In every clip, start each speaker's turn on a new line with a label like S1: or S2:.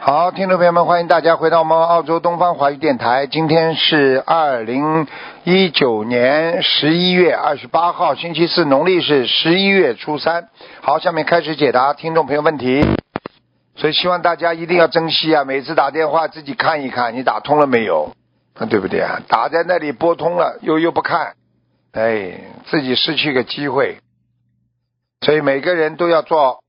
S1: 好，听众朋友们，欢迎大家回到我们澳洲东方华语电台。今天是二零一九年十一月二十八号，星期四，农历是十一月初三。好，下面开始解答听众朋友问题。所以希望大家一定要珍惜啊！每次打电话自己看一看，你打通了没有？啊，对不对啊？打在那里拨通了，又又不看，哎，自己失去个机会。所以每个人都要做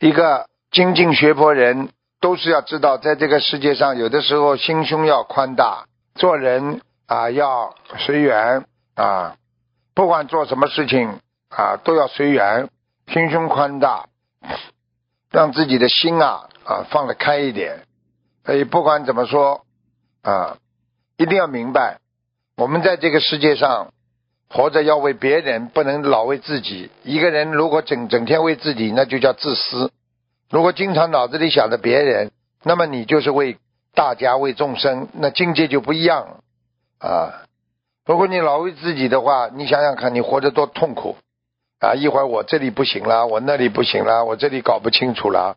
S1: 一个精进学佛人，都是要知道，在这个世界上，有的时候心胸要宽大，做人啊要随缘啊，不管做什么事情啊，都要随缘，心胸宽大，让自己的心啊啊放得开一点。所以不管怎么说啊，一定要明白，我们在这个世界上活着要为别人，不能老为自己。一个人如果整整天为自己，那就叫自私；如果经常脑子里想着别人，那么你就是为大家、为众生，那境界就不一样了啊。如果你老为自己的话，你想想看，你活着多痛苦啊！一会儿我这里不行了，我那里不行了，我这里搞不清楚了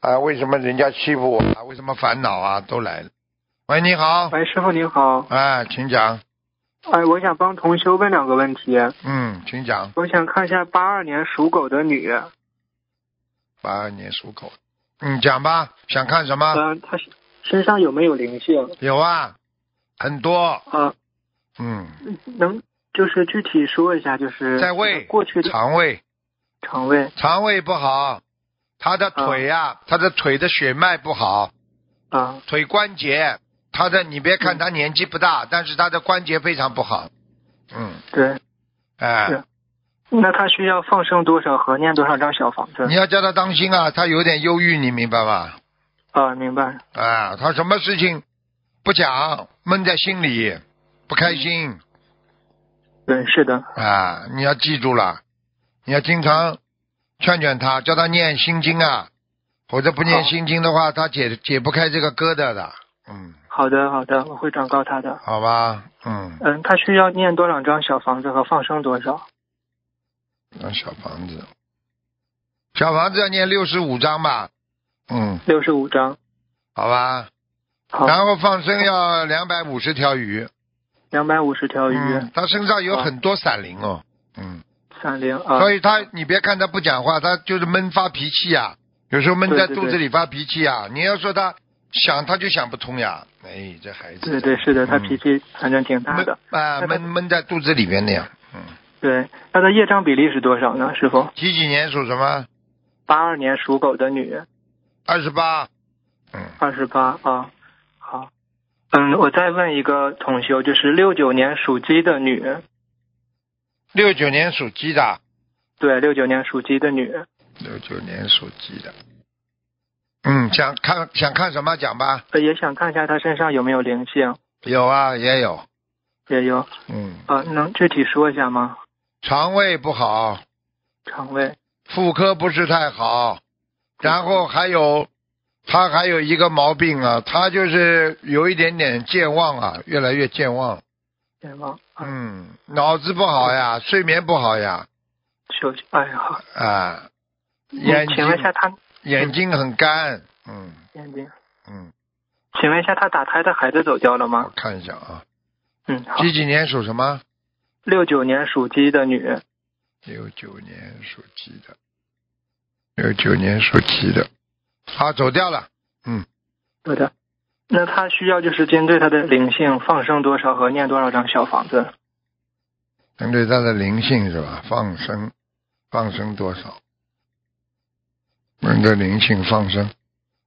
S1: 啊！为什么人家欺负我啊？为什么烦恼啊都来了？喂，你好，
S2: 喂，师傅您好，
S1: 哎，请讲，
S2: 哎，我想帮同修问两个问题，
S1: 嗯，请讲。
S2: 我想看一下八二年属狗的女，嗯、
S1: 啊八二年属狗，嗯，讲吧，想看什么？
S2: 呃她身身上有没有灵性？
S1: 有啊，很多，
S2: 啊，
S1: 嗯，
S2: 能就是具体说一下，就是
S1: 在胃
S2: 过去的
S1: 肠胃，
S2: 肠胃，
S1: 肠胃不好，他的腿呀、他的腿的血脉不好，
S2: 啊
S1: 腿关节，他的你别
S2: 嗯
S1: 看他年纪不大，但是他的关节非常不好，嗯，
S2: 对，
S1: 哎、
S2: 是那她需要放生多少和念多少张小房子
S1: 你？要叫他当心啊，他有点忧郁，你明白吧？
S2: 啊，明白，
S1: 啊，他什么事情不讲，闷在心里，不开心。
S2: 嗯对，是的，
S1: 啊，你要记住了，你要经常劝劝他，叫他念心经啊，否则不念
S2: 好
S1: 心经的话，他解解不开这个疙瘩的。嗯，
S2: 好的，好的，我会转告她的。
S1: 好吧，嗯，
S2: 嗯，她需要念多少张小房子和放生多少？
S1: 那小房子，小房子要念六十五章吧。嗯，
S2: 六十五张。
S1: 好吧，
S2: 好，
S1: 然后放生要两百五十条鱼。
S2: 两百五十条鱼，
S1: 嗯，他身上有
S2: 好
S1: 很多闪灵哦。嗯。
S2: 三零啊，
S1: 所以他，你别看他不讲话，他就是闷发脾气呀、有时候闷在
S2: 对对
S1: 肚子里发脾气呀、你要说他想，他就想不通呀。哎，这孩子，
S2: 对对，是的，她
S1: 嗯
S2: 脾气反正挺大
S1: 闷
S2: 的。
S1: 啊、
S2: 那他
S1: 闷闷在肚子里边那样。嗯，
S2: 对，她的业障比例是多少呢？师傅，
S1: 几几年属什么？
S2: 八二年属狗的女，
S1: 二十八。嗯，
S2: 二十八啊。好，嗯，我再问一个同修，就是六九年属鸡的女，
S1: 六九年属鸡的，
S2: 对，六九年属鸡的女，
S1: 六九年属鸡的。嗯，想看想看什么讲吧？
S2: 呃也想看一下她身上有没有灵性，
S1: 有啊，也有。
S2: 也有
S1: 嗯，
S2: 啊，能具体说一下吗？
S1: 肠胃不好，
S2: 肠胃
S1: 妇科不是太好，然后还有他还有一个毛病啊，他就是有一点点健忘啊，越来越健忘。
S2: 健忘，嗯，
S1: 嗯，脑子不好呀，睡眠不好呀，
S2: 休息，哎好，
S1: 啊，眼
S2: 嗯
S1: 睛
S2: 请问一下她
S1: 眼睛很干。嗯
S2: 眼睛，
S1: 嗯，
S2: 请问一下她打胎的孩子走掉了
S1: 我
S2: 吗？
S1: 看一下啊，
S2: 嗯，好，
S1: 几几年属什么？
S2: 六九年属鸡的女，
S1: 六九年属鸡的，六九年属鸡的，啊，走掉了。嗯，
S2: 对的。那他需要就是针对他的灵性放生多少和念多少张小房子？
S1: 针对他的灵性是吧？放生，放生多少？针对灵性放生，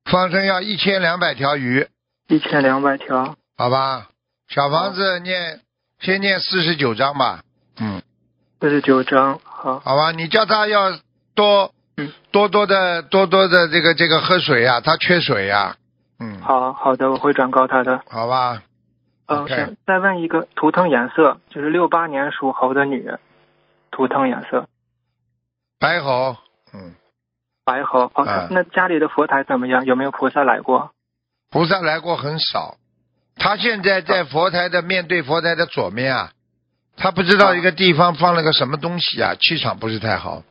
S1: 放生要一千两百条鱼，
S2: 一千两百条，
S1: 好吧？小房子念，先念四十九章吧。嗯，
S2: 四十九张。好，
S1: 好吧，你叫他要多
S2: 嗯
S1: 多多的多多的这个这个喝水呀、他缺水呀、嗯，
S2: 好好的，我会转告他的。
S1: 好吧，
S2: 嗯、
S1: OK
S2: 是再问一个图腾颜色，就是六八年属猴的女，图腾颜色
S1: 白猴，嗯，
S2: 白猴。哦，
S1: 嗯
S2: 那家里的佛台怎么样？有没有菩萨来过？
S1: 菩萨来过很少，他现在在佛台的面对佛台的左面啊，他不知道一个地方放了个什么东西啊，气场不是太好。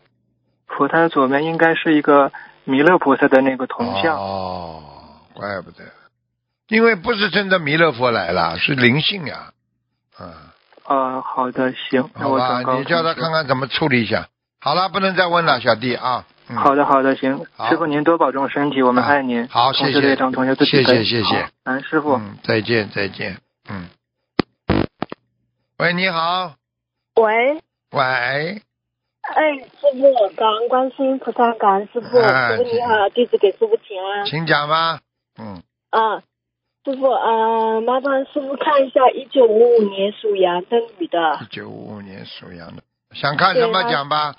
S2: 佛台的左面应该是一个弥勒菩萨的那个铜像。
S1: 哦，怪不得，因为不是真的弥勒佛来了，是灵性呀、啊，
S2: 呃，好的，行，那
S1: 好
S2: 我
S1: 吧
S2: 转，告
S1: 你叫他看看怎么处理一下。好了，不能再问了，小弟啊。嗯、
S2: 好的，好的，行
S1: 好，
S2: 师傅您多保重身体，我们
S1: 啊
S2: 爱您。
S1: 好
S2: 同
S1: 谢
S2: 修
S1: 谢
S2: 队长同学自己
S1: 谢谢
S2: 背
S1: 谢谢
S2: 好感恩师傅。
S1: 嗯，再见，再见，嗯。喂，你好，
S3: 喂，
S1: 喂，
S3: 哎，师傅，感恩观世音菩萨，感恩师傅，
S1: 哎
S3: 师傅你好，弟子给师傅请安。
S1: 请讲吧。嗯，
S3: 啊，师傅，呃，麻烦师傅看一下，一九五五年属羊的女的
S1: 一，九五五年属羊的，想看什么
S3: 对啊
S1: 讲吧。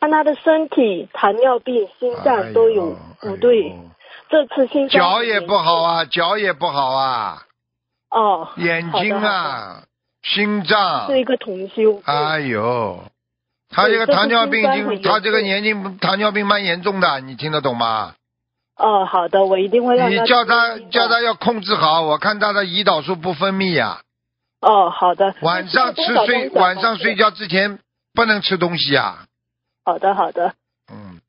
S3: 看她的身体，糖尿病、心
S1: 哎
S3: 脏
S1: 呦
S3: 都有不对，
S1: 哎呦
S3: 这次心脏
S1: 脚也不好啊，脚也不好啊，
S3: 哦，
S1: 眼
S3: 好的
S1: 睛，啊，心脏
S3: 好的，是一个同修，
S1: 哎呦，他这个
S3: 对这是
S1: 糖尿病已
S3: 心脏很
S1: 经，
S3: 严
S1: 他这个
S3: 重
S1: 年龄糖尿病蛮严重的，你听得懂吗？
S3: 哦，好的，我一定会让
S1: 你
S3: 她
S1: 叫他
S3: 注意的
S1: 叫他要控制好，我看他的胰岛素不分泌呀、
S3: 哦，好的，
S1: 晚上吃
S3: 那需要
S1: 睡
S3: 多少张小
S1: 晚
S3: 房
S1: 上
S3: 子
S1: 睡，觉之前不能吃东西呀、
S3: 好的，好的。
S1: 嗯，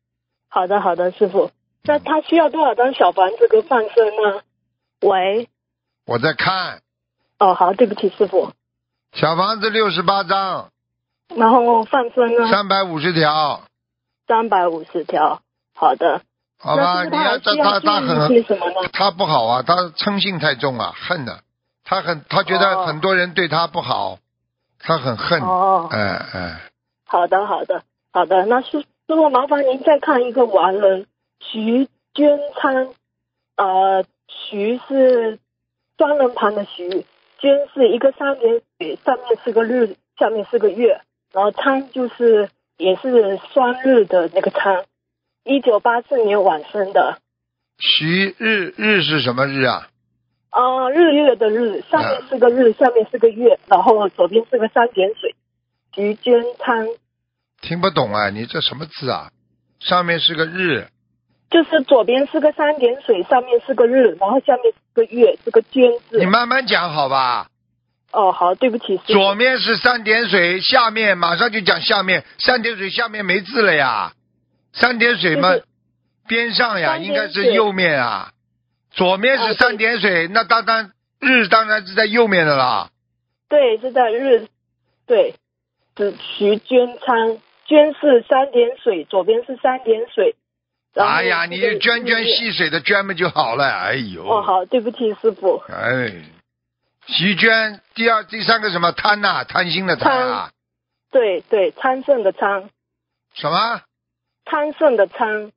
S3: 好的，好的，师傅。那他需要多少张小房子跟放生呢？喂，
S1: 我在看
S3: 哦，好，对不起，师傅。
S1: 小房子六十八章，
S3: 然后放生呢，
S1: 三百五十条，
S3: 三百五十条。好的，
S1: 好
S3: 那
S1: 吧？
S3: 师傅
S1: 你要
S3: 他
S1: 他
S3: 还需
S1: 他他
S3: 要注
S1: 很
S3: 意些什么呢？
S1: 他不好啊，他嗔性太重啊，恨的，他很他觉得
S3: 哦
S1: 很多人对他不好，他很恨，
S3: 哦，
S1: 哎哎，
S3: 好的，好的，好的。那师师傅，麻烦您再看一个亡人徐娟昌，呃，徐是双人旁的徐，娟是一个三点水，上面是个日，下面是个月，然后昌就是也是双日的那个昌，一九八四年往生的，
S1: 徐日日是什么日啊？
S3: 呃，日月的日，上面是个日，下面是个月，然后左边是个三点水，徐娟昌。
S1: 听不懂啊，你这什么字啊？上面是个日，
S3: 就是左边是个三点水，上面是个日，然后下面是个月，是个娟字
S1: 你。慢慢讲好吧。
S3: 哦，好，对不起，师
S1: 左
S3: 傅。
S1: 面是三点水，下面马上就讲下面，三点水下面没字了呀，三点水嘛，
S3: 就是
S1: 边上呀，
S3: 三
S1: 应
S3: 点
S1: 该是
S3: 水
S1: 右面啊，左面
S3: 啊
S1: 是
S3: 对
S1: 三点水，那当然日当然是在右面的啦。
S3: 对，是在日，对，子徐娟昌，娟是三点水，左边是三点水。然后
S1: 哎呀，
S3: 是个
S1: 你就涓
S3: 日
S1: 涓
S3: 月。
S1: 细水的涓嘛就好了，哎呦，
S3: 哦，好，对不起，师傅。
S1: 哎，徐娟，第二第三个什么贪呐、贪心的贪啊，
S3: 对对，昌盛的昌，
S1: 什么？
S3: 昌盛的昌。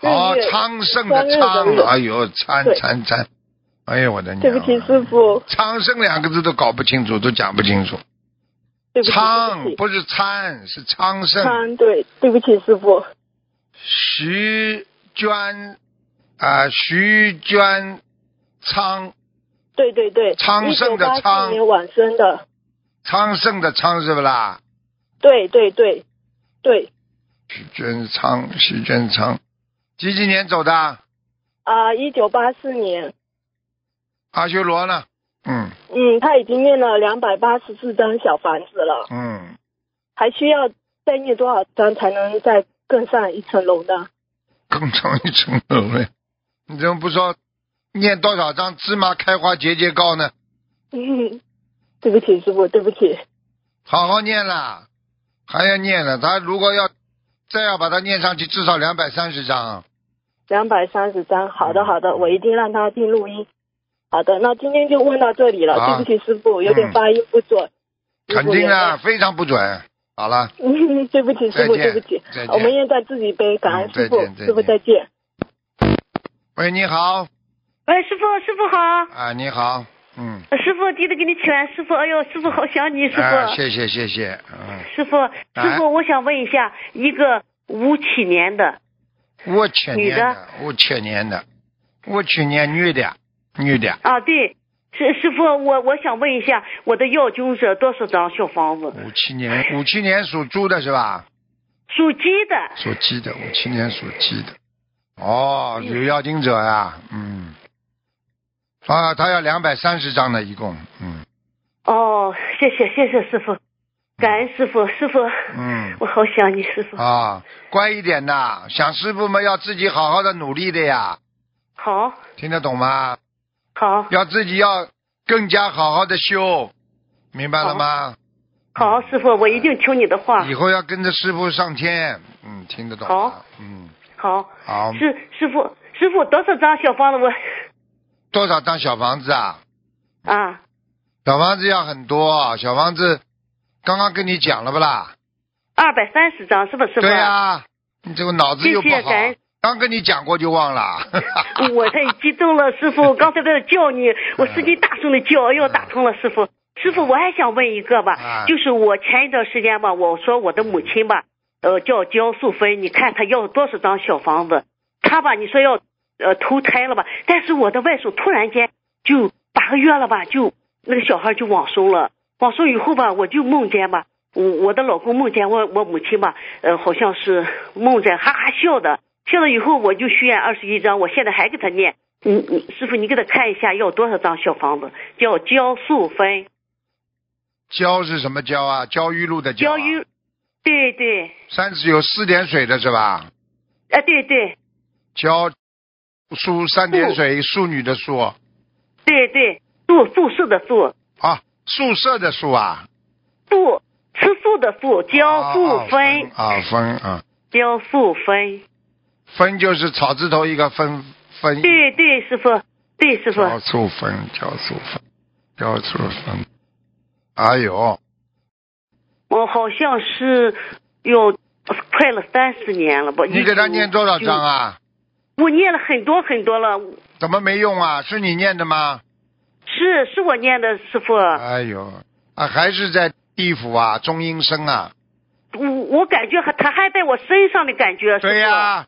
S3: 日
S1: 哦
S3: 月，
S1: 昌盛的
S3: 三日
S1: 昌
S3: 的，日
S1: 哎呦，参
S3: 对
S1: 参参，哎呦我的娘！
S3: 对不起，师傅。
S1: 昌盛两个字都搞不清楚，都讲不清楚。
S3: 对不起，对
S1: 昌
S3: 不起。
S1: 不是参，是昌盛。
S3: 昌，对，对不起，师傅。
S1: 徐娟啊、徐娟昌，
S3: 对对对。
S1: 昌盛的
S3: 1984
S1: 昌
S3: 年往生的。
S1: 昌盛的昌是不啦？
S3: 对对对对
S1: 徐娟昌，徐娟昌，几几年走的？
S3: 啊，一九八四年，
S1: 阿修罗呢？嗯
S3: 嗯，他已经念了两百八十四张小房子了，
S1: 嗯，
S3: 还需要再念多少张才能再更上一层楼呢？
S1: 更上一层楼了。你怎么不说念多少张芝麻开花节节高呢？
S3: 嗯，对不起，师傅，对不起。
S1: 好好念啦，还要念了。他如果要再要把它念上去，至少两百三十章。
S3: 两百三十张，好
S1: 嗯
S3: 的好的，我一定让他进录音。好的，那今天就问到这里了，
S1: 啊
S3: 对不起师傅，有
S1: 嗯
S3: 点发音不准。师傅
S1: 肯定
S3: 原
S1: 啊，
S3: 谅
S1: 非常不准。好了，
S3: 嗯， 对不起师傅，
S1: 再见
S3: 对不起
S1: 再见，
S3: 我们现在自己背，感
S1: 嗯
S3: 恩
S1: 再
S3: 师傅
S1: 见，再
S3: 师傅
S1: 见
S3: 再见。
S1: 喂，你好
S4: 喂，哎师傅，师傅好，
S1: 啊，你好，嗯，
S4: 师傅弟子给你请安，师傅，哎呦，师傅好想你，师傅，
S1: 啊，谢谢谢谢，嗯，
S4: 师傅，师傅，我想问一下，一个五七年的，
S1: 我去年
S4: 女
S1: 的
S4: 的，
S1: 我去年的，我去年女的，女的，
S4: 啊，对，师师傅，我我想问一下，我的要经者多少张小房子？
S1: 五七年，五七年属猪的是吧？
S4: 属鸡的，
S1: 属鸡的，五七年属鸡的，
S4: 嗯
S1: 哦，有要经者啊，嗯，啊，他要两百三十张的，一共，嗯
S4: 哦，谢谢谢谢师傅，感恩师傅，师傅，
S1: 嗯。
S4: 我好想 你，师傅，
S1: 啊，乖一点呐，想师傅们要自己好好的努力的呀，
S4: 好，
S1: 听得懂吗？
S4: 好，
S1: 要自己要更加好好的修，明白了吗？嗯
S4: 好，师傅，我一定听你的话
S1: 以。后要跟着师傅上天，嗯，听得懂吗
S4: 好？
S1: 嗯，
S4: 好，
S1: 好，
S4: 师师傅，师傅多少张小方子我
S1: 多少张小房子啊？
S4: 啊？
S1: 小房子要很多，小房子刚刚跟你讲了不啦？
S4: 二百三十张是不是？师傅
S1: 对呀、你这个脑子又不
S4: 谢谢
S1: 好
S4: 感恩，嗯
S1: 刚跟你讲过就忘了。
S4: 我太激动了，师傅，我刚才在这叫你，我使劲大声的叫，哎呦，打通了，师傅。师傅，我还想问一个吧
S1: 啊，
S4: 就是我前一段时间吧，我说我的母亲吧，呃，叫焦素芬，你看她要多少张小房子？她吧，你说要呃投胎了吧？但是我的外甥突然间就八个月了吧，就那个小孩就往生了。往生以后吧，我就梦见吧，我我的老公梦见我我母亲吧，呃，好像是梦见哈哈笑的，笑了以后我就许愿二十一张，我现在还给他念。你你师傅，你给他看一下要多少张小房子？叫焦素芬，
S1: 焦是什么焦啊？焦裕禄的焦、啊。
S4: 焦玉，对对，
S1: 三十有四点水的是吧？
S4: 哎、对对
S1: 焦淑三点水，淑女的淑
S4: 对对，素素食的素，
S1: 啊，宿舍的宿啊。
S4: 素吃素的素，焦素芬，
S1: 啊分啊，
S4: 焦素芬，
S1: 分就是草字头一个分分。
S4: 对对，师傅，对师傅，
S1: 焦素芬，焦素芬，焦素芬。哎呦，
S4: 我好像是有快了三十年了吧？
S1: 你给他念多少章
S4: 啊？
S1: 啊？
S4: 我念了很多很多了，
S1: 怎么没用啊？是你念的吗？
S4: 是是我念的，师傅。
S1: 哎呦，啊，还是在地府啊，中阴身啊。
S4: 我我感觉还他还在我身上的感觉。师傅
S1: 对呀、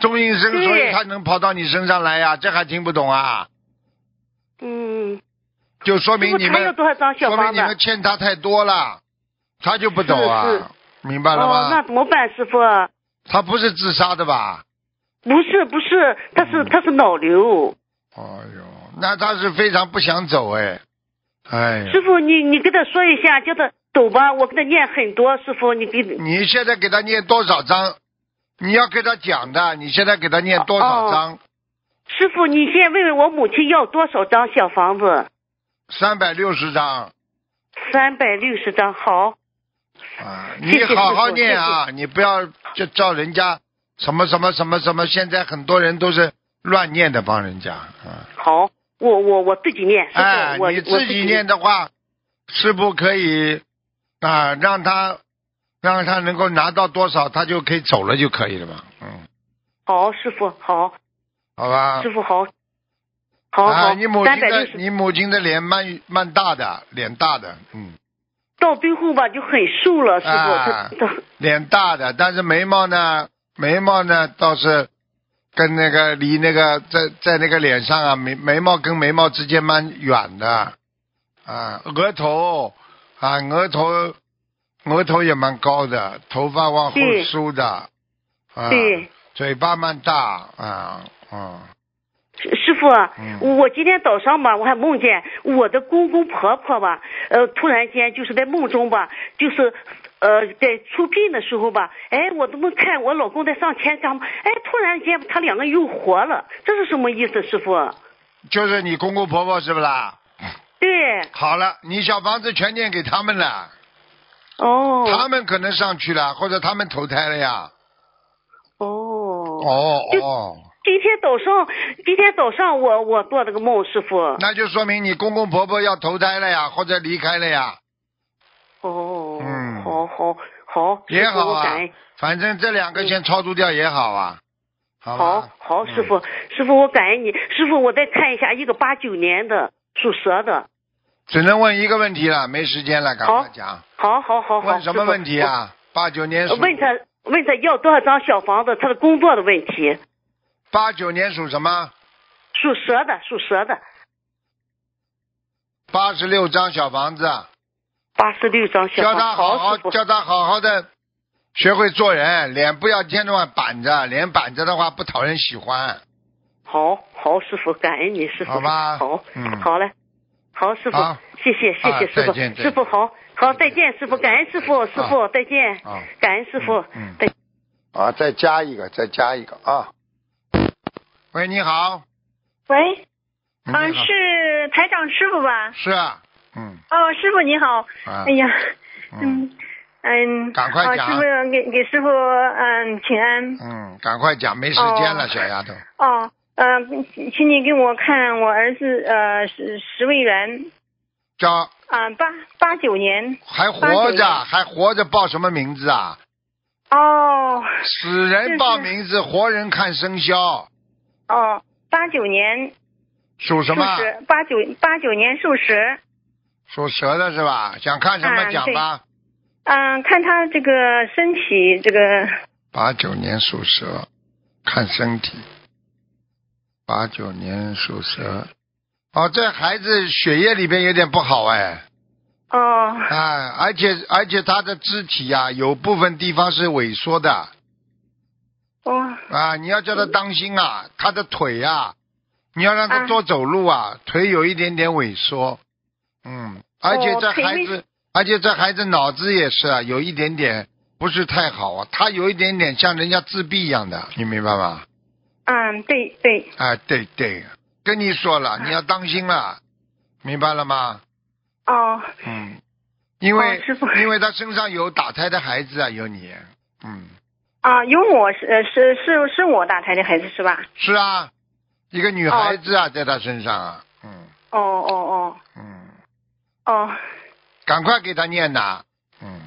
S1: 中阴身，
S4: 对
S1: 所以他能跑到你身上来呀、这还听不懂啊？
S4: 嗯，
S1: 就说
S4: 师
S1: 明
S4: 傅
S1: 你
S4: 他要
S1: 们
S4: 多少张小
S1: 说明
S4: 房
S1: 你
S4: 子？
S1: 们欠他太多了，他就不懂啊，
S4: 是是
S1: 明白了
S4: 哦，
S1: 吗？
S4: 那怎么办，师傅？
S1: 他不是自杀的吧？
S4: 不是不是，他
S1: 嗯
S4: 是他是脑瘤。
S1: 哎呦，那他是非常不想走哎，哎呦
S4: 师傅，你你跟他说一下，叫他走吧，我跟他念很多。师傅，你给
S1: 你现在给他念多少章？你要跟他讲的，你现在给他念多
S4: 哦
S1: 少章？
S4: 师傅，你先问问我母亲要多少张小房子？
S1: 三百六十章
S4: 三百六十张，好。
S1: 啊！
S4: 谢谢
S1: 你
S4: 师父
S1: 好好念啊，你不要就叫人家什么什么什么什么。现在很多人都是乱念的，帮人家啊。
S4: 好，我我我自己念，师傅，
S1: 哎，
S4: 我
S1: 你
S4: 我
S1: 自己念的话，是不可以啊、让他让他能够拿到多少，他就可以走了就可以了嘛。嗯，
S4: 好，师傅好，
S1: 好吧
S4: 师。傅好，好
S1: 啊，
S4: 好，
S1: 你母
S4: 三
S1: 亲
S4: 百六
S1: 的
S4: 十
S1: 你母亲的脸蛮蛮大的，脸大的，嗯，
S4: 到最后吧就很瘦了，师傅，
S1: 啊
S4: 他他
S1: 脸大的，但是眉毛呢，眉毛呢倒是跟那个离那个在在那个脸上啊，眉眉毛跟眉毛之间蛮远的，啊，额头啊，额头额头也蛮高的，头发往后
S4: 对
S1: 梳的，啊，
S4: 对
S1: 嘴巴蛮大啊，嗯，
S4: 师傅，
S1: 嗯
S4: 我今天早上吧，我还梦见我的公公婆婆吧，呃，突然间就是在梦中吧，就是呃在出殡的时候吧，哎，我怎么看我老公在上前干嘛？哎，突然间他两个又活了，这是什么意思，师傅？
S1: 就是你公公婆婆是不啦？
S4: 对，
S1: 好了，你小房子全念给他们了。
S4: 哦，
S1: 他们可能上去了，或者他们投胎了呀。
S4: 哦，
S1: 哦
S4: 就
S1: 哦，
S4: 今天早上，今天早上我我做了个梦，师傅。
S1: 那就说明你公公婆婆要投胎了
S4: 嗯
S1: 呀，或者离开了呀，
S4: 哦，
S1: 嗯
S4: 好好好，师
S1: 也
S4: 傅
S1: 好
S4: 我
S1: 啊
S4: 感恩。
S1: 反正这两个先超度掉也好啊，好
S4: 嗯好
S1: 吧？
S4: 好，
S1: 嗯
S4: 师傅，师傅我感恩你，师傅我再看一下一个八九年的属蛇的，
S1: 只能问一个问题了，没时间了，赶快
S4: 好
S1: 讲。
S4: 好好好好。
S1: 问什么
S4: 师傅
S1: 问题？啊？八九年
S4: 我
S1: 属
S4: 问他问他要多少张小房子，他的工作的问题，
S1: 八九年属什么？
S4: 属蛇的属蛇的，
S1: 八十六张小房子，
S4: 八十六张小
S1: 叫
S4: 房子。
S1: 他好
S4: 好
S1: 好
S4: 师傅，
S1: 叫他好好的学会做人，脸不要天天晚板着，脸板着的话不讨人喜欢。
S4: 好好师傅，感恩你师傅。
S1: 好吧
S4: 好，
S1: 嗯
S4: 好嘞。好，师傅
S1: 好，
S4: 谢谢，谢
S1: 啊
S4: 谢师
S1: 再
S4: 傅，
S1: 见再
S4: 师傅好，好，再见，师傅，感恩师傅，师傅再见
S1: 啊，
S4: 感恩师傅
S1: 嗯嗯，
S4: 再见
S1: 啊，再加一个，再加一个啊。喂，你好，
S5: 喂，嗯、
S1: 你好
S5: 是台长师傅吧？
S1: 是啊，嗯
S5: 哦，师傅你好。
S1: 啊
S5: 哎，呀，
S1: 嗯
S5: 嗯嗯，
S1: 赶快
S5: 哦
S1: 讲啊
S5: 师傅给给师傅嗯请安。
S1: 嗯，赶快讲，没时间了，
S5: 哦
S1: 小丫头。
S5: 哦，嗯，请请你给我看我儿子呃石石卫元
S1: 叫
S5: 啊八八九年
S1: 还
S5: 八
S1: 活
S5: 九
S1: 着，
S5: 年
S1: 还活着报什么名字啊？
S5: 哦
S1: 死人报
S5: 是是
S1: 名字，活人看生肖，
S5: 哦八九年
S1: 属什
S5: 属
S1: 么？
S5: 实八九八九年属实
S1: 属蛇的是吧？想看什么
S5: 啊
S1: 讲
S5: 对
S1: 吧。
S5: 嗯看他这个身体这个
S1: 八九年属蛇，看身体。八九年属蛇，哦，这孩子血液里边有点不好哎，
S5: 哦
S1: 哎，而且而且他的肢体呀、有部分地方是萎缩的
S5: 哦
S1: 啊，你要叫他当心啊，他的腿呀、你要让他
S5: 啊
S1: 多走路啊，腿有一点点萎缩，嗯，而且
S5: 哦
S1: 这
S5: 腿
S1: 孩
S5: 萎
S1: 子，而且这孩子脑子也是啊，有一点点不是太好啊，他有一点点像人家自闭一样的，你明白吗？
S5: 嗯对对
S1: 啊，对对，跟你说了，你要当心了，明白了吗？
S5: 哦
S1: 嗯，因为、
S5: 哦师傅
S1: 因为他身上有打胎的孩子啊，有你，嗯，
S5: 啊有我是呃是是是我打胎的孩子是吧？
S1: 是啊，一个女孩子啊，在他身上啊，嗯
S5: 哦哦
S1: 嗯，
S5: 哦哦
S1: 赶快给他念呐，嗯，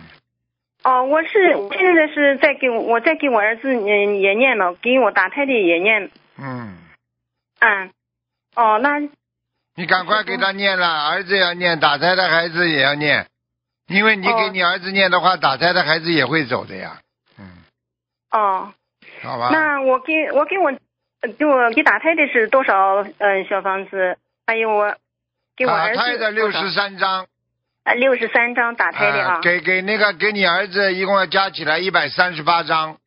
S5: 哦，我是现在是在给我我在给我儿子嗯也念了，给我打胎的也念，
S1: 嗯，
S5: 嗯，哦那
S1: 你赶快给他念了，儿子也要念，打胎的孩子也要念，因为你给
S5: 哦
S1: 你儿子念的话，打胎的孩子也会走的呀，嗯，
S5: 哦
S1: 好吧，
S5: 那我给我给我呃给我给打胎的是多少嗯、呃小房子？还有我给我
S1: 打
S5: 儿子
S1: 胎的六十三章。
S5: 啊六十三张打胎的
S1: 啊
S5: 啊，
S1: 给给那个给你儿子一共要加起来一百三十八张，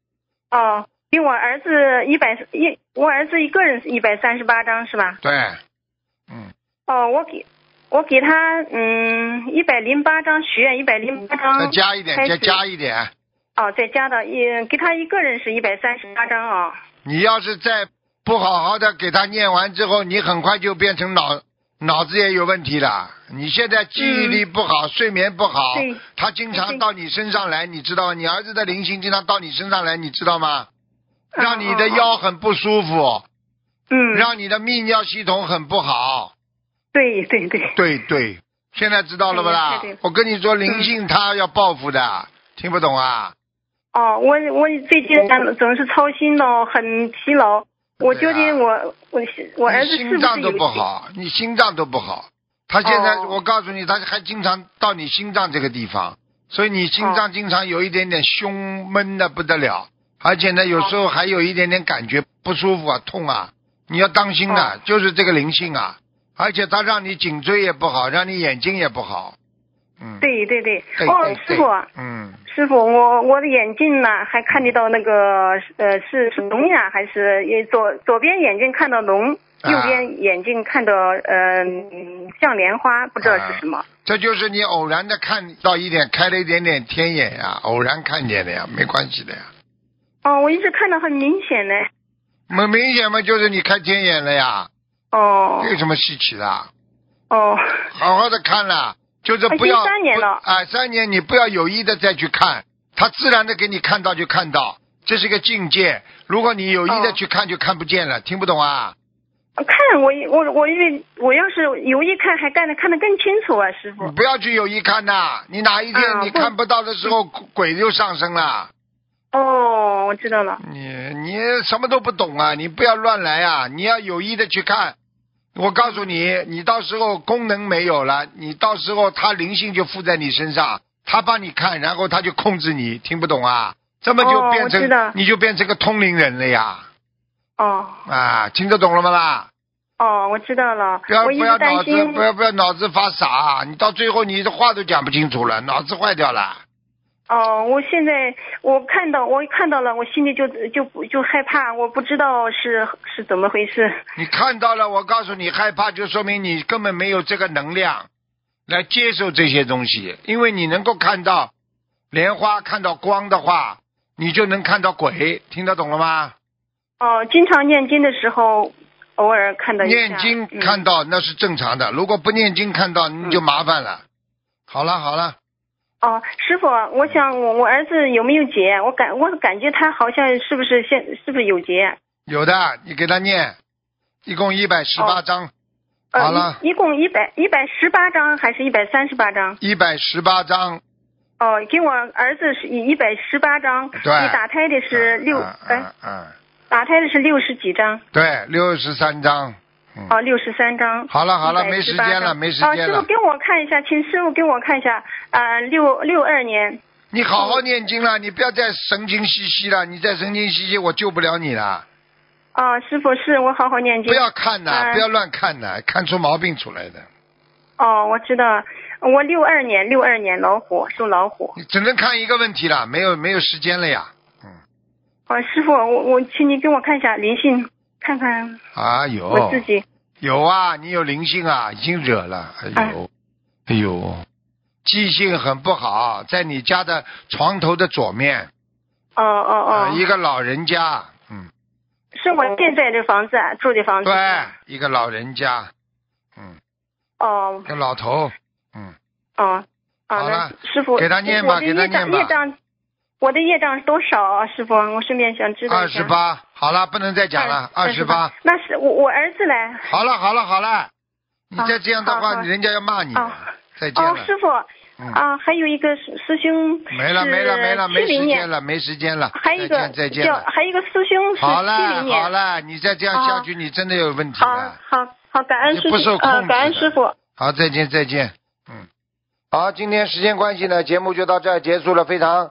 S5: 哦，给我儿子一百一我儿子一个人一百三十八张是吧？
S1: 对，嗯，
S5: 哦，我给我给他嗯一百零八张许愿一百零八
S1: 再
S5: 张
S1: 加一点，
S5: 啊开
S1: 再
S5: 始
S1: 加一点。
S5: 哦再加到一给他一个人是一百三十八张啊。
S1: 你要是再不好好的给他念完之后，你很快就变成脑脑子也有问题了。你现在记忆力不好，睡眠不好
S5: 嗯对，
S1: 他经常
S5: 对
S1: 到你身上来，你知道吗？你儿子的灵性经常到你身上来，你知道吗？
S5: 嗯
S1: 让你的
S5: 嗯嗯
S1: 腰很不舒服，
S5: 嗯，
S1: 让你的泌尿系统很不好。
S5: 对对对，
S1: 对对，现在知道了不
S5: 哎
S1: 啦
S5: 呀对对？
S1: 我跟你说，灵性他要报复的，听不懂啊？
S5: 哦，我我最近总总是操心咯，很疲劳。我
S1: 对啊
S5: 究竟我我我儿子
S1: 你
S5: 是
S1: 心
S5: 不是
S1: 脏
S5: 有
S1: 都不好，你心脏都不好。他现在，
S5: 哦
S1: 我告诉你，他还经常到你心脏这个地方，所以你心脏经常有一点点胸闷的不得了，而且呢，有时候还有一点点感觉不舒服啊、痛啊，你要当心的，
S5: 哦
S1: 就是这个灵性啊，而且它让你颈椎也不好，让你眼睛也不好。嗯，
S5: 对对对，
S1: 对
S5: 哦
S1: 对，
S5: 师
S1: 对
S5: 傅，
S1: 嗯。
S5: 师傅，我我的眼睛呢，还看得到那个呃是是龙呀，还是也左左边眼睛看到龙，
S1: 啊
S5: 右边眼睛看到呃嗯像莲花，不知道
S1: 啊
S5: 是什么。
S1: 这就是你偶然的看到一点，开了一点点天眼呀、偶然看见的呀，没关系的呀。
S5: 哦，我一直看到很明显呢。
S1: 很明显嘛，就是你开天眼了呀，
S5: 哦
S1: 有什么稀奇的？
S5: 哦
S1: 好好的看了，就是不要
S5: 已经三年了
S1: 不啊、三年你不要有意的再去看，它自然的给你看到就看到，这是个境界。如果你有意的
S5: 哦
S1: 去看，就看不见了，听不懂啊？
S5: 看我我我越我要是有意看，还看得看得更清楚啊，师傅。
S1: 你不要去有意看呐、你哪一天
S5: 啊
S1: 你
S5: 不
S1: 看不到的时候，鬼就上升了。
S5: 哦，我知道了。
S1: 你你什么都不懂啊！你不要乱来啊！你要有意的去看。我告诉你，你到时候功能没有了，你到时候他灵性就附在你身上，他帮你看，然后他就控制你，听不懂啊？这么就
S5: 哦
S1: 变
S5: 我
S1: 成、
S5: 知道
S1: 你就变成个通灵人了呀！
S5: 哦
S1: 啊，听得懂了吗啦？
S5: 哦，我知道了。
S1: 不要
S5: 我
S1: 不
S5: 一
S1: 要
S5: 直
S1: 脑子
S5: 担心
S1: 不。要不要脑子发傻、啊，你到最后你的话都讲不清楚了，脑子坏掉了。
S5: 哦，我现在我看到我看到了，我心里就就不就害怕，我不知道是是怎么回事。
S1: 你看到了，我告诉你，害怕就说明你根本没有这个能量来接受这些东西，因为你能够看到莲花、看到光的话，你就能看到鬼，听得懂了吗？
S5: 哦，经常念经的时候，偶尔看到一下。
S1: 念经
S5: 嗯
S1: 看到那是正常的，如果不念经看到你就麻烦了。好了好了，
S5: 哦，师傅，我想我我儿子有没有结？我感我感觉他好像是不是现是不是有结？
S1: 有的你给他念，一共一百十八
S5: 哦
S1: 章，
S5: 呃，
S1: 好了
S5: 一一共一百一百十八张还是一百三十八张？
S1: 一百十八章，
S5: 哦，给我儿子是一一百十八张，
S1: 对
S5: 你打胎的是六，
S1: 嗯
S5: 哎、
S1: 嗯嗯，
S5: 打胎的是六十几张，
S1: 对，六十三章。嗯，
S5: 哦，六十三张。
S1: 好了啊好了，没时
S5: 118张
S1: 间了，没时间
S5: 哦，师
S1: 了
S5: 傅。给我看一下，请师傅给我看一下，呃，六六二年，
S1: 你好好念经了，你不要再神经兮兮了，你再神经兮兮，我救不了你了。
S5: 哦，师傅是我好好念经。
S1: 不要看呐，
S5: 嗯
S1: 不要乱看呐，看出毛病出来的。
S5: 哦，我知道，我六二年，六二年老虎，属老虎。
S1: 你只能看一个问题了，没有没有时间了呀。
S5: 哦，师傅，我我请你给我看一下灵性，看看
S1: 啊
S5: 我
S1: 有
S5: 自己。
S1: 有啊，你有灵性啊，已经惹了，哎
S5: 啊
S1: 呦哎呦，记性很不好，在你家的床头的左面，
S5: 哦哦
S1: 啊一
S5: 哦，
S1: 个老人家，嗯，
S5: 是我现在的房子啊住的房子。
S1: 对。，一个老人家，嗯，
S5: 哦
S1: 一个老头，嗯，
S5: 哦，
S1: 好
S5: 啊，那
S1: 了
S5: 师傅，
S1: 给他念吧
S5: 我的
S1: 给他
S5: 业障
S1: 念吧
S5: 业障，我的业障多少啊，师傅？我顺便想知道
S1: 二
S5: 一下。
S1: 十八，好了，不能再讲了，二十八，。
S5: 那是我我儿子嘞。
S1: 好了好了好了，你
S5: 好
S1: 再这样的
S5: 啊好
S1: 话，
S5: 好
S1: 人家要骂你的
S5: 哦，
S1: 再见
S5: 哦，
S1: 了，
S5: 师傅
S1: 嗯
S5: 啊，还有一个师师兄
S1: 没了没了没了，没
S5: 七
S1: 时
S5: 零
S1: 间
S5: 年，
S1: 了，没时间了，
S5: 还有一个
S1: 再见再见
S5: 叫
S1: 了。
S5: 还有一个师兄是
S1: 好
S5: 七
S1: 了
S5: 零
S1: 好
S5: 年。啊
S1: 了，你再这样下去，你真的有问题
S5: 好
S1: 的。
S5: 好好，感恩
S1: 你
S5: 师
S1: 不受
S5: 傅，呃，
S1: 控
S5: 感恩
S1: 制的
S5: 师傅。
S1: 好，再见再见，嗯。好，今天时间关系呢，节目就到这儿结束了，非常